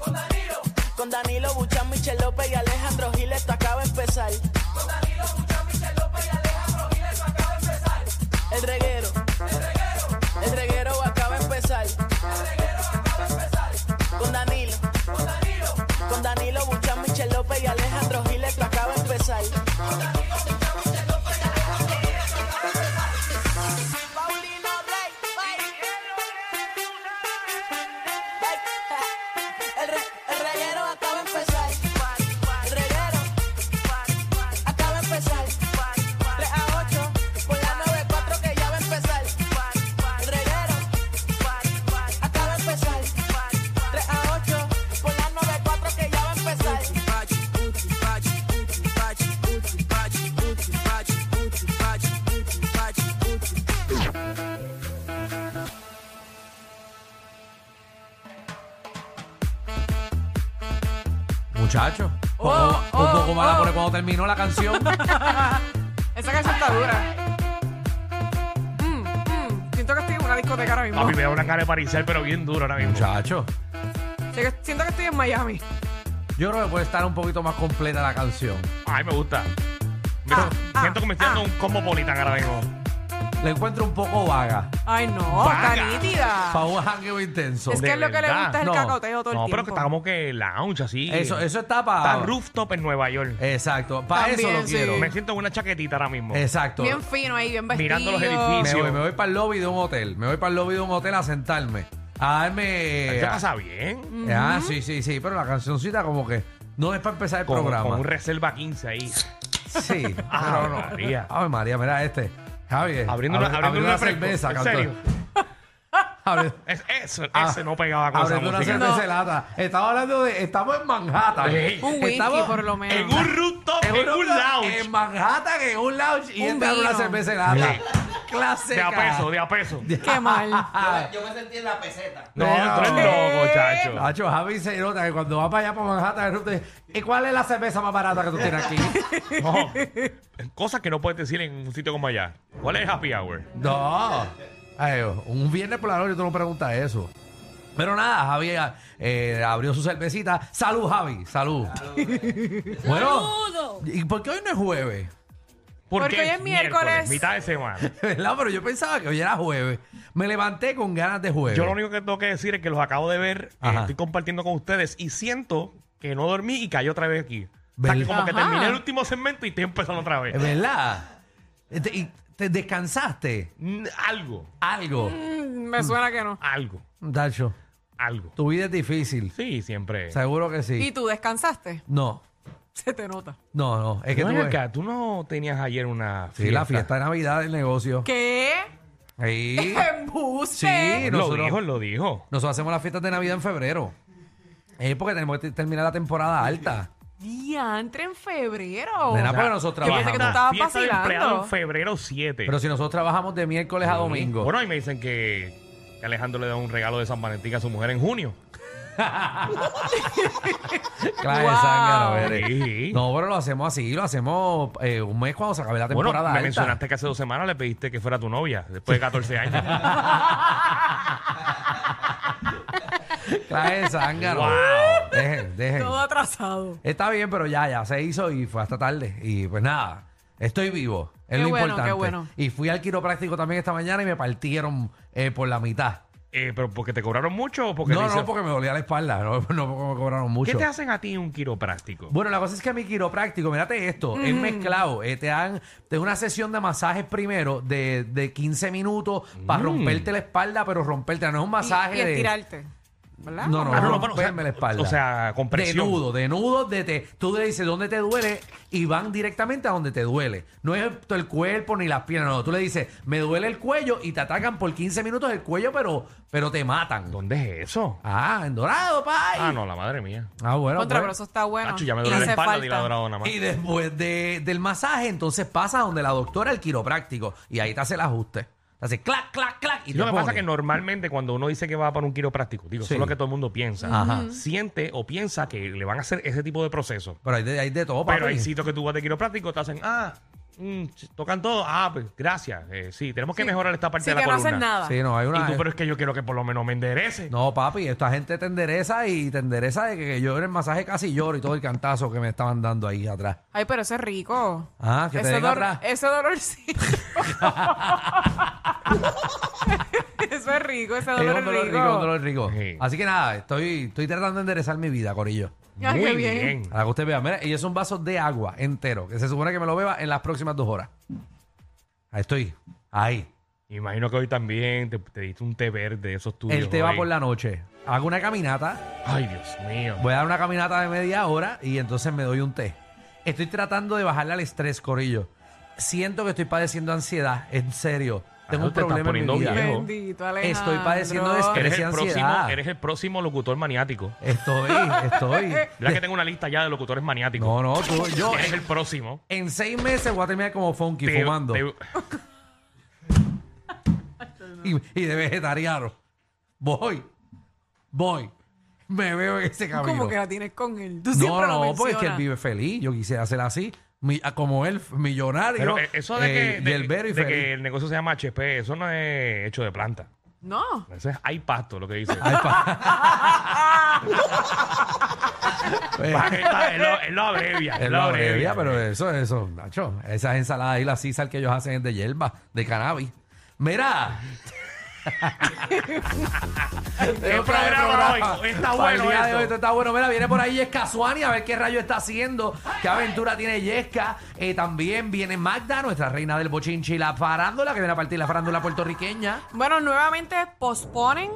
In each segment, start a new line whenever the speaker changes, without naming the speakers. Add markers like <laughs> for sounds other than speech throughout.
con Danilo, con Danilo Buchan, Michel López y Alejandro Gil, esto acaba de empezar. Con Danilo Buchan, Michel López y Alejandro Gil, esto acaba de empezar. El reguero, el reguero, el reguero acaba de empezar. El reguero acaba de empezar. Con Danilo, con Danilo, con Danilo Buchan, Michel López y Alejandro Gil, esto acaba de empezar. Paulino Rey, El, re- el reguero acaba de empezar. El reguero acaba de empezar. 3 a 8 por la 94 que ya va a empezar. El reguero acaba de empezar. 3 a 8 por la 94 que ya va a empezar.
Muchachos. ¿Cómo,
Oh,
cómo- cómo la pone cuando terminó la
<laughs>
canción?
Esa canción está dura. Mm, mm. Siento que estoy en una discoteca ahora mismo.
Papi, me da una cara de parizar, pero bien dura ahora mismo.
Muchachos.
Sí que- Siento que estoy en Miami.
Yo creo que puede estar un poquito más completa la canción.
Ay, me gusta. Me-
Ah,
siento que me estoy
ah,
dando un cosmopolitan ahora mismo.
La encuentro un poco vaga.
Ay, no,
Vaga.
está nítida.
Ah.
Para un jangueo intenso.
Es que es lo que le
verdad.
gusta es el
No.
cacoteo todo
No,
el
pero
tiempo.
que está como que lounge así.
Eso, eso está para.
Está rooftop en Nueva York.
Exacto. Para eso
También,
lo
sí.
quiero.
Me siento en una chaquetita ahora mismo.
Exacto.
Bien fino ahí, bien vestido.
Mirando los
Me
edificios.
voy, me voy para el lobby de un hotel. Me voy para el lobby de un hotel a sentarme. A darme.
¿Se pasa bien?
Ah, sí, sí, sí. Pero la cancioncita como que no es para empezar el
Con,
programa.
con un reserva 15 ahí. <laughs>
Sí.
Ah,
pero no.
María.
Ave María, mira este. Javier.
Abriendo una- abriendo un
una
refresco.
cerveza,
¿En
cantor.
serio?
Abriendo-
Es- eso,
Ah,
ese no pegaba con esa
abriendo una
música.
cerveza de lata. Estamos hablando de. Estamos en Manhattan.
Ey.
Un whisky,
Estamos
por lo menos.
En un rooftop, en un
En
lounge.
Manhattan, en un lounge. Y
Un
entra
vino.
una cerveza de lata.
Sí.
Clase. Ah,
De a peso, de a peso.
Qué mal.
ah, No,
Pero-
tú eres loco, chacho.
Nacho, Javi se nota que cuando va para allá para Manhattan, el rooftop, ¿y cuál es la cerveza más barata que tú tienes
<laughs>
aquí?
No. <laughs> Cosas que no puedes decir en un sitio como allá. ¿Cuál es el happy hour?
No. Ay, un viernes por la noche tú no preguntas eso. Pero nada, Javi eh, abrió su cervecita. Salud, Javi. Salud. bueno, ¿y por qué hoy no es jueves?
Porque hoy es miércoles.
Mitad de semana.
<laughs> ¿Verdad? Pero yo pensaba que hoy era jueves. Me levanté con ganas de jueves.
Yo lo único que tengo que decir es que los acabo de ver, eh,
Ajá.
estoy compartiendo con ustedes y siento que no dormí y caí otra vez aquí. O sea,
¿Verdad?
que como que
Ajá.
terminé el último segmento y estoy empezando otra vez.
Es ¿Verdad? Este, ¿Y te descansaste?
Mm, Algo,
Algo.
ah.
Mm, Me suena que no.
algo,
Dacho,
algo.
tu vida es difícil.
Sí, siempre.
Seguro que
¿Y
sí.
tú descansaste? <laughs>
No,
Se te nota.
no, no. Es que
No,
tú.
ven acá, tú no tenías ayer una
Sí, la fiesta de Navidad del negocio.
¿Qué?
Ahí.
Embuste.
Sí.
Lo
Nosotros-
dijo, lo dijo.
Nosotros hacemos las fiestas de Navidad en febrero. Es porque tenemos que te- terminar la temporada alta.
Diantre en febrero.
Nena, porque nosotros
yo pensé que tú
trabajamos.
estabas
fiesta de
vacilando.
empleado en febrero 7.
Pero si nosotros trabajamos de miércoles a domingo.
Bueno, y me dicen que que Alejandro le da un regalo de San Valentín a su mujer en junio.
Clase de
Wow.
zángano, eres.
Sí.
Ah, No, pero lo hacemos así, lo hacemos eh, un mes cuando se acabe la
Bueno,
temporada
me
alta.
mencionaste que hace dos semanas le pediste que fuera tu novia después de 14 años.
<laughs> Clase de zángano.
Wow.
Dejen, dejen.
Todo atrasado.
Está bien, pero ya, ya se hizo y fue hasta tarde. Y pues nada, estoy vivo. Es
Qué
lo
bueno, qué
importante.
bueno.
Y fui al quiropráctico también esta mañana y me partieron eh, por la mitad.
Eh, pero porque te cobraron mucho o porque
no,
te
no,
hicieron-
porque me dolía la espalda. No, <laughs> no porque me cobraron mucho.
¿Qué te hacen a ti un quiropráctico?
Bueno, la cosa es que mi quiropráctico, mírate esto, es mezclado. Eh, te dan te dan una sesión de masajes primero de,
Mm.
de 15 minutos para romperte la espalda, pero romperte, no es un
Y-
masaje
y
de.
estirarte. ¿verdad?
No, no,
Ah,
no,
no, no, bueno, o sea,
romperme la espalda.
o sea, con presión.
Denudo, denudo, de te, tú le dices dónde te duele y van directamente a donde te duele. No es todo el cuerpo ni las piernas, no. Tú le dices, me duele el cuello y te atacan por 15 minutos el cuello, pero, pero te matan.
¿Dónde es eso?
Ah, en dorado, pay.
Ah, no, la madre mía.
Ah, bueno.
Contra, pero
pues.
eso está bueno.
Nacho, ya me
Y
duele la
hace
espalda
falta.
de la nada más.
Y después de- del masaje, entonces pasa donde la doctora, el quiropráctico, y ahí te hace el ajuste. Te hace clac, clac, clac. Y
Lo
te
que pasa es
pone.
que normalmente cuando uno dice que va para un quiropráctico, digo, eso
Sí.
es lo que todo el mundo piensa,
Ajá.
siente o piensa que le van a hacer ese tipo de proceso.
Pero hay de, hay de todo,
Pero
Oh, papi.
hay sitios que tú vas de quiropráctico, te hacen, ah, mm, tocan todo, ah, pues gracias. Eh, sí, tenemos que
Sí.
mejorar esta parte
Sí,
de la
que no
columna.
hacen nada.
Sí, no, hay una...
Y tú, pero es que yo quiero que por lo menos me enderece.
No, papi, esta gente te endereza y te endereza de que, que yo en el masaje casi lloro y todo el cantazo que me estaban dando ahí atrás.
Ay, pero eso es rico.
Ah, que te
ese,
den
dolor,
atrás.
ese dolorcito. <laughs> eso es rico, ese dolor
Es
es
un dolor
rico.
rico, un dolor rico.
Sí.
Así que nada, estoy, estoy tratando de enderezar mi vida, Corillo.
Ay,
Muy
qué bien.
bien.
Para que usted vea, mira, y es un vaso de agua entero, que se supone que me lo beba en las próximas dos horas. Ahí estoy, ahí.
Imagino que hoy también te, te diste un té verde, esos tuyos.
Él te va
hoy.
por la noche. Hago una caminata,
Ay, Dios mío.
voy a dar una caminata de media hora y entonces me doy un té. Estoy tratando de bajarle al estrés, Corillo. Siento que estoy padeciendo ansiedad, en serio. Tengo
Ah,
un
te estás
problema en mi
poniendo
vida.
viejo.
Bendito, Alejandro.
Estoy padeciendo de estrés.
eres,
crece
el próximo,
ansiedad.
eres el próximo locutor maniático.
Estoy, estoy.
<laughs> Mira que tengo una lista ya de locutores maniáticos.
No, no, tú, yo
Eres el próximo.
en seis meses voy a terminar como funky
Te-
fumando
te-
Y, y de vegetariano. Voy, voy, me veo en ese camino.
Como que la tienes con él. Tú
no,
siempre lo
no,
mencionas.
porque es que él vive feliz. Yo quisiera ser así, mi- ah, como él, millonario.
Pero eh, eso de,
eh,
que, de-
yerbero y
de
feliz.
que el negocio se llama HP, eso no es hecho de planta.
No.
Eso es hay pasto, lo que dice.
Ay, pa- Eh,
Pa- que está- él, lo, él lo abrevia.
Es
él
la brevia, pero eso, eso, Nacho. Esas ensaladas y la sisal que ellos hacen es de hierba, de cannabis.
<laughs>
Mira.
¿Qué
Otra vez
programa hoy? Está
Para
bueno
el día de
esto.
hoy, esto está bueno. Mira, viene por ahí Yesca Suani a ver qué rayo está haciendo, qué aventura tiene Yesca. Eh, también viene Magda, nuestra reina del bochinchi, y la farándula, que viene a partir la farándula puertorriqueña.
Bueno, nuevamente posponen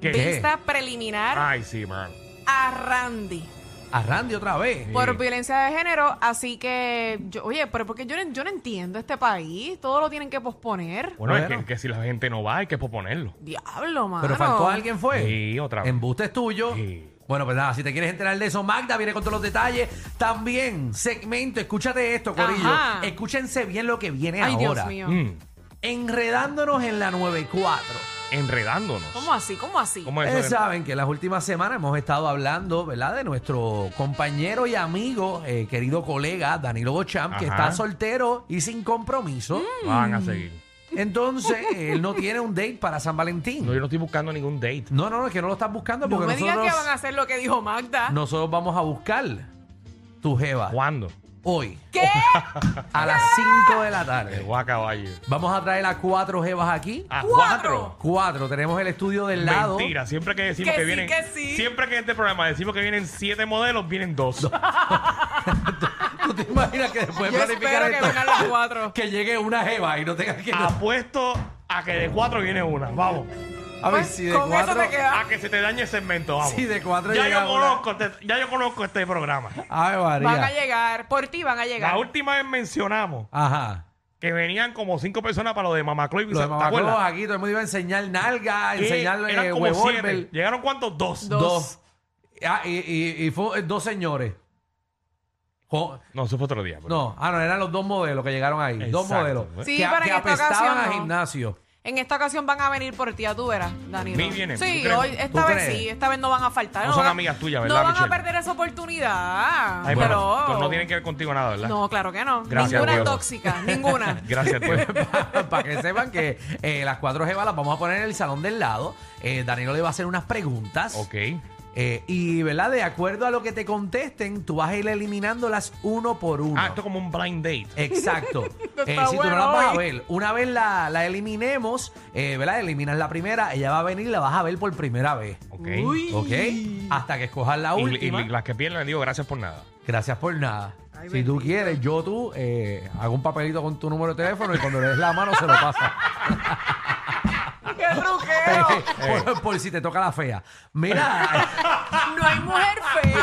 ¿Qué?
vista preliminar
Ah.
Ay, sí, man.
a Randy.
A Randy otra vez.
por violencia de género, así que, yo- oye, pero porque yo no, yo no entiendo este país, todo lo tienen que posponer.
Bueno, es
Bueno.
que, que si la gente no va, hay que proponerlo.
Diablo, mano.
Pero faltó alguien, fue.
Sí, otra vez.
Embuste es tuyo.
Sí.
Bueno, pues nada, si te quieres enterar de eso, Magda viene con todos los detalles. También, segmento, escúchate esto, Corillo.
Ajá.
Escúchense bien lo que viene
Ay,
ahora.
Dios mío.
Mm,
Enredándonos en la 94.
enredándonos.
¿Cómo así? ¿Cómo así?
¿Cómo es
Ustedes
eso?
saben que en las últimas semanas hemos estado hablando, ¿verdad?, de nuestro compañero y amigo, eh, querido colega Danilo Bochamp, que
Ajá.
está soltero y sin compromiso.
Mm.
Van a seguir.
Entonces, él no tiene un date para San Valentín.
No, yo no estoy buscando ningún date.
No, no, no, es que no lo estás buscando
no
porque
me digas
nosotros...
que van a hacer lo que dijo Magda.
Nosotros vamos a buscar tu jeva
¿Cuándo? <laughs>
hoy
¿Qué?
a las 5 de la
El
tarde.
guacaballo.
Vamos a traer a cuatro jevas aquí.
¿A
Cuatro.
Cuatro. Tenemos el estudio del lado.
Mentira, siempre que decimos
Que
que,
sí,
vienen.
que sí.
Siempre que en este programa decimos que vienen siete modelos, vienen
<laughs>
dos.
<laughs> ¿Tú te imaginas que después
Yo
planificar
espero que Ah,
esto?
vengan las
<laughs>
cuatro.
<laughs> Que llegue una jeva y no tengas que...
Apuesto a que de cuatro viene una. Vamos.
A ver
Pues,
si de
con eso
cuatro...
te quedas.
A que se te dañe el segmento, vamos.
Sí, de cuatro
ya
llega
yo conozco este, Ya yo conozco este programa.
Ay,
Van a
María.
llegar, por ti van a llegar.
La última vez mencionamos
Ajá.
que venían como cinco personas para lo de Mamaclo y
Los de
Vicente, ¿te
Mamaclobos
acuerdas?
aquí, todo el mundo iba a enseñar nalga,
Que
enseñar
eran
eh,
como
huevón.
siete.
bel-
¿Llegaron cuántos? Dos.
Dos.
Dos. Ah, y, y, y fue eh, dos señores. Jo-
No, eso fue otro día. pero-
No, ah, no, eran los dos modelos que llegaron ahí. Dos
Exacto. pues.
modelos.
Sí,
que,
para
que
en esta
apestaban
ocasión
a
no.
gimnasio. <laughs>
En esta ocasión van a venir por ti, a tú verás, Danilo.
Mí vienen, ¿tú
Sí,
crees?
hoy, esta
¿Tú
vez
crees?
sí, esta vez no van a faltar.
No son
van a-
amigas tuyas,
No
¿verdad,
van
Michelle?
a perder esa oportunidad.
Ay,
pero...
bueno, pues no tienen que ver contigo nada, ¿verdad?
No, claro que no.
Gracias,
ninguna
huevo.
tóxica, ninguna.
<laughs> Gracias, pues.
<laughs>
tío.
Para que sepan que eh, las cuatro jevas las vamos a poner en el salón del lado. Eh, Danilo le va a hacer unas preguntas.
ok.
Eh, y, ¿verdad? De acuerdo a lo que te contesten, tú vas a ir eliminándolas uno por uno.
Ah, esto es como un blind date.
Exacto.
<laughs> Esto
Eh,
está
si tú no
bueno
la vas a
hoy.
ver, una vez la, la eliminemos, eh, ¿verdad? Eliminas la primera, ella va a venir y la vas a ver por primera vez.
Ok.
Uy.
¿Ok? Hasta que escojas la
Y-
última.
Y, las que pierden, les digo gracias por nada.
Gracias por nada.
Ay,
si tú quieres, yo tú eh, hago un
<laughs>
papelito con tu número de teléfono y cuando le des la mano se lo pasa.
¡Qué truqueo!
<laughs> Eh,
eh.
por, por si te toca la fea. Mira, <laughs>
No hay mujer fea,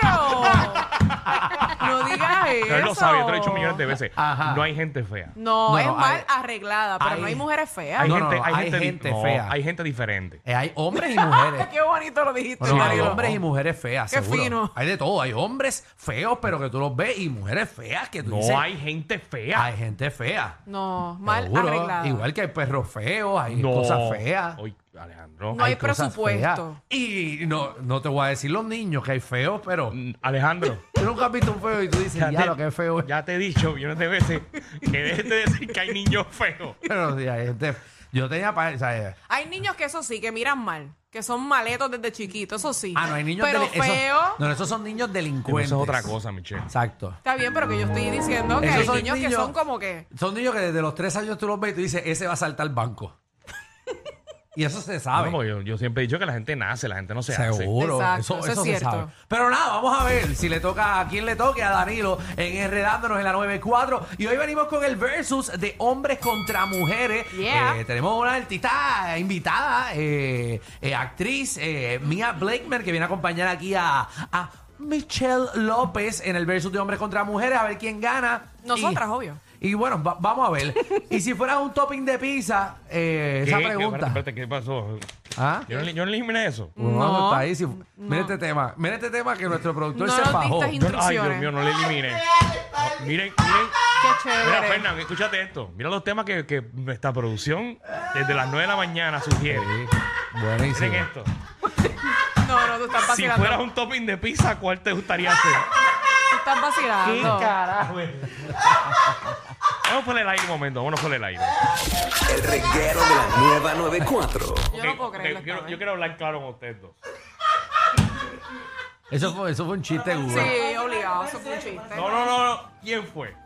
Alejandro. No digas eso.
Pero él lo sabe, yo te lo he dicho millones de veces.
Ajá.
No hay gente fea.
No,
No,
es
no,
mal
hay-
arreglada, pero
hay-
no hay mujeres feas.
Hay
No, no,
gente,
no,
hay
hay
gente, di-
gente
no,
fea.
hay gente diferente.
eh, hay hombres y mujeres.
Qué bonito lo dijiste,
Bueno, hay
Danilo.
hombres y mujeres feas,
Qué
seguro.
fino.
Hay de todo. Hay hombres feos, pero que tú los ves, y mujeres feas que tú
No
dices.
hay gente fea.
Hay gente fea.
No, mal
Seguro.
arreglada.
Igual que hay perros feos, hay
no.
cosas feas.
Oye, Alejandro.
No hay
cosas
presupuesto.
feas. Y no, no te voy a decir los niños que hay feos, pero
Mm, Alejandro.
tú nunca has visto un feo y tú dices, ya lo que es feo. es".
ya te he dicho millones de veces que dejes de decir que hay niños feos.
Pero sí, hay gente. Yo tenía. pa- o sea,
Hay niños que eso sí, que miran mal, que son maletos desde chiquitos, eso sí.
ah, no, hay niños
Pero
deli- esos-
feo.
no, esos son niños
Eso
delincuentes.
es otra cosa, Michelle.
Exacto.
Está bien, pero que yo estoy diciendo que
Esos
hay
son
niños, que
niños-
son como que.
Son niños que desde los tres años tú los ves y tú dices, ese va a saltar al banco. <laughs> y eso se Ah, sabe.
No, porque yo, yo siempre he dicho que la gente nace, la gente no se hace.
Seguro,
Exacto,
eso,
eso es
eso se
cierto.
sabe. Pero nada, vamos a ver si le toca a quién le toque a Danilo en Enredándonos en la 94. Y hoy venimos con el versus de hombres contra mujeres.
Yeah.
Eh, tenemos una artista invitada, eh, eh, actriz, eh, Mia Blakeman, que viene a acompañar aquí a, a Michelle López en el versus de hombres contra mujeres, a ver quién gana.
Nosotras,
Y-
obvio.
Y bueno, va- vamos a
<laughs>
ver. y si fuera un topping de pizza, eh,
¿Qué?
esa
¿Qué?
pregunta.
Espérate, espérate, ¿qué pasó?
¿Ah?
Yo no, yo no eliminé eso.
Bueno,
No,
vamos hasta ahí. Si- Mira este tema. Mira este tema que nuestro productor
No
se
nos
fajó.
diste
Yo no- ay, Dios
Instrucciones.
mío, no le eliminé. No, miren, miren.
Qué
Mira,
chévere.
Fernan, escúchate esto. Mira los temas que, que nuestra producción desde las 9 de la mañana sugiere. Miren
Buenísimo.
esto.
No, no, tú estás
Si
vacilando.
fueras un topping de pizza, ¿cuál te gustaría hacer?
Tú estás vacilando. Ah,
carajo? Vamos por el aire un momento, vamos por el aire.
El reguero de la nueva 94.
Yo no
Ok,
puedo
ok,
creerlo. esta
quiero-
vez.
yo quiero hablar claro con ustedes dos.
Eso fue, eso fue un chiste, Hugo.
Sí, obligado, eso fue un chiste.
No, no, no, no. ¿Quién fue?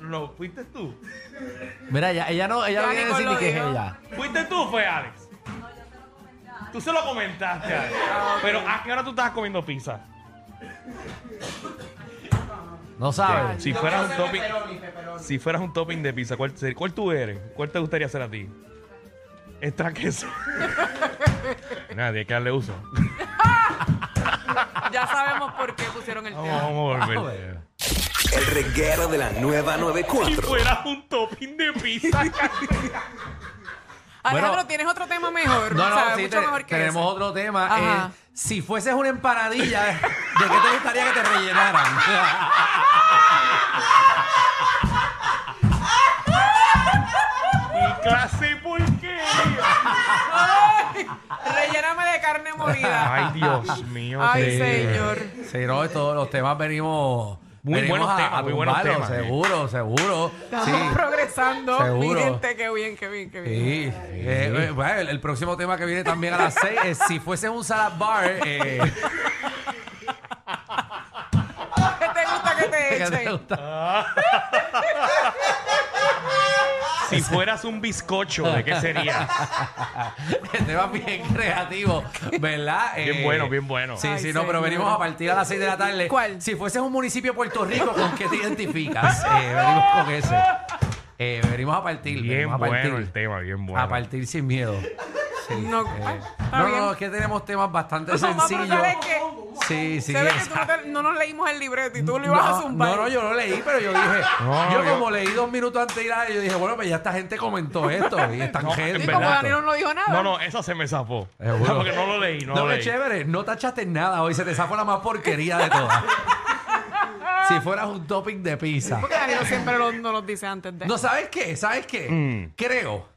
¿Lo fuiste tú?
Mira, ella, ella no, ella
Ya
no quiere
ni con
decir ni
lo
que es
digo.
ella.
¿Fuiste tú o fue Alex? Tú se lo comentaste, Alex.
Ah,
Pero ¿a qué hora tú estás comiendo pizza?
No
Ah,
sabe.
Eh, Si fueras un topping, si fueras un topping de pizza, ¿cuál, ser- cuál tú eres? ¿Cuál te gustaría hacer a ti? Extra
<laughs>
queso. Nadie, hay que darle uso.
Ya sabemos por qué pusieron el
Vamos,
tema.
vamos a
Vamos a
volver.
ver.
El reguero de la nueva
Si
94.
fueras un topping de pizza,
Alejandro,
Bueno.
¿tienes otro tema mejor?
No, no,
¿Sabes?
sí,
mucho
te-
mejor que
tenemos
ese.
otro tema. eh,
Ajá.
si fueses una empanadilla, ¿de qué te gustaría que te rellenaran?
<laughs> mi clase por qué?
Relléname de carne
<laughs>
molida.
Ay, Dios mío.
Ah,
Ay,
sí.
señor.
Sí, no, de todos los temas venimos.
Muy
venimos
buenos
a-
temas,
a
muy buenos
tumbarlos,
temas.
Seguro, seguro.
Estamos
Sí.
progresando.
Seguro.
Mi gente, qué bien, qué bien, qué bien.
Sí, eh, eh, bueno, el, el próximo tema que viene también a las <laughs> 6 es si fuese un salad bar, eh,
<laughs> ¿Qué <laughs> te gusta que
<laughs>
te
¿qué te
echen?
gusta?
Si fueras un bizcocho, ¿de qué sería?
El tema bien creativo, ¿verdad?
Bien
Eh,
bueno, bien bueno.
Sí,
Ay,
sí, no, pero
señor.
venimos a partir a las 6 de la tarde.
¿Cuál?
Si fueses un municipio de Puerto Rico, ¿con qué te identificas? Eh, venimos con ese. Eh, venimos a partir.
Bien
venimos a partir.
bueno el tema, bien bueno.
A partir sin miedo. Sí,
No,
eh,
ah, está
no,
bien.
no, es que tenemos temas bastante
Lo más
sencillos.
brutal es que
Sí, sí.
se ve que tú
exacto.
no, te- no nos leímos el libreto y tú lo ibas a zumbar.
No, no, yo lo leí, pero yo dije,
<laughs> No,
yo
yo-
como leí dos minutos antes de ir a yo dije, bueno, pues ya esta gente comentó esto
<laughs>
y están
No,
gente.
en
Y como
verdad.
Danilo no dijo nada.
No, no, esa se me zafó.
Seguro.
Porque no lo leí, no,
Eh, No,
lo
qué
leí.
chévere, no tachaste nada hoy, se te sacó la más porquería de
<laughs>
todas. si fueras un topping de pizza.
Porque Danilo siempre lo, no nos dice antes de.
No, ¿sabes qué? ¿Sabes qué?
Mm.
Creo,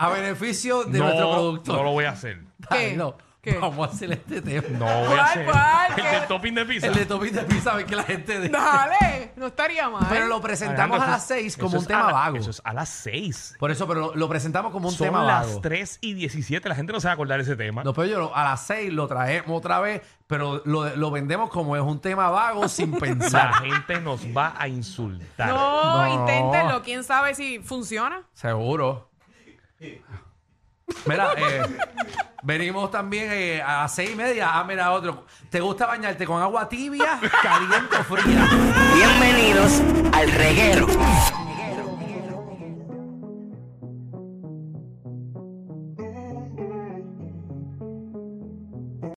a beneficio de
no,
nuestro productor.
no lo voy a hacer.
¿Qué?
Ay, no.
¿Qué?
Vamos a hacer este tema.
No voy
¿Cuál,
a hacer.
cuál?
El
¿Qué?
del topping de pizza.
El de topping de pizza, a ver qué la gente dice.
Dale, no estaría mal.
Pero lo presentamos
Alejandro,
a
eso
las
es-
6
eso
como un
es
tema
a la-
vago.
Eso es a las 6.
Por eso, pero lo, lo presentamos como un
Son
tema
las
vago.
3 y 17. La gente no se va a acordar de ese tema.
No, pero yo lo- a las seis lo traemos otra vez, pero lo, lo vendemos como es un tema vago sin
<laughs> La
pensar.
gente nos va a insultar.
No,
No.
inténtenlo. ¿Quién sabe si funciona?
Seguro. Mira, eh, venimos también eh, a las seis y media. Ah, mira, otro. ¿Te gusta bañarte con agua tibia, caliente o fría?
Bienvenidos al reguero.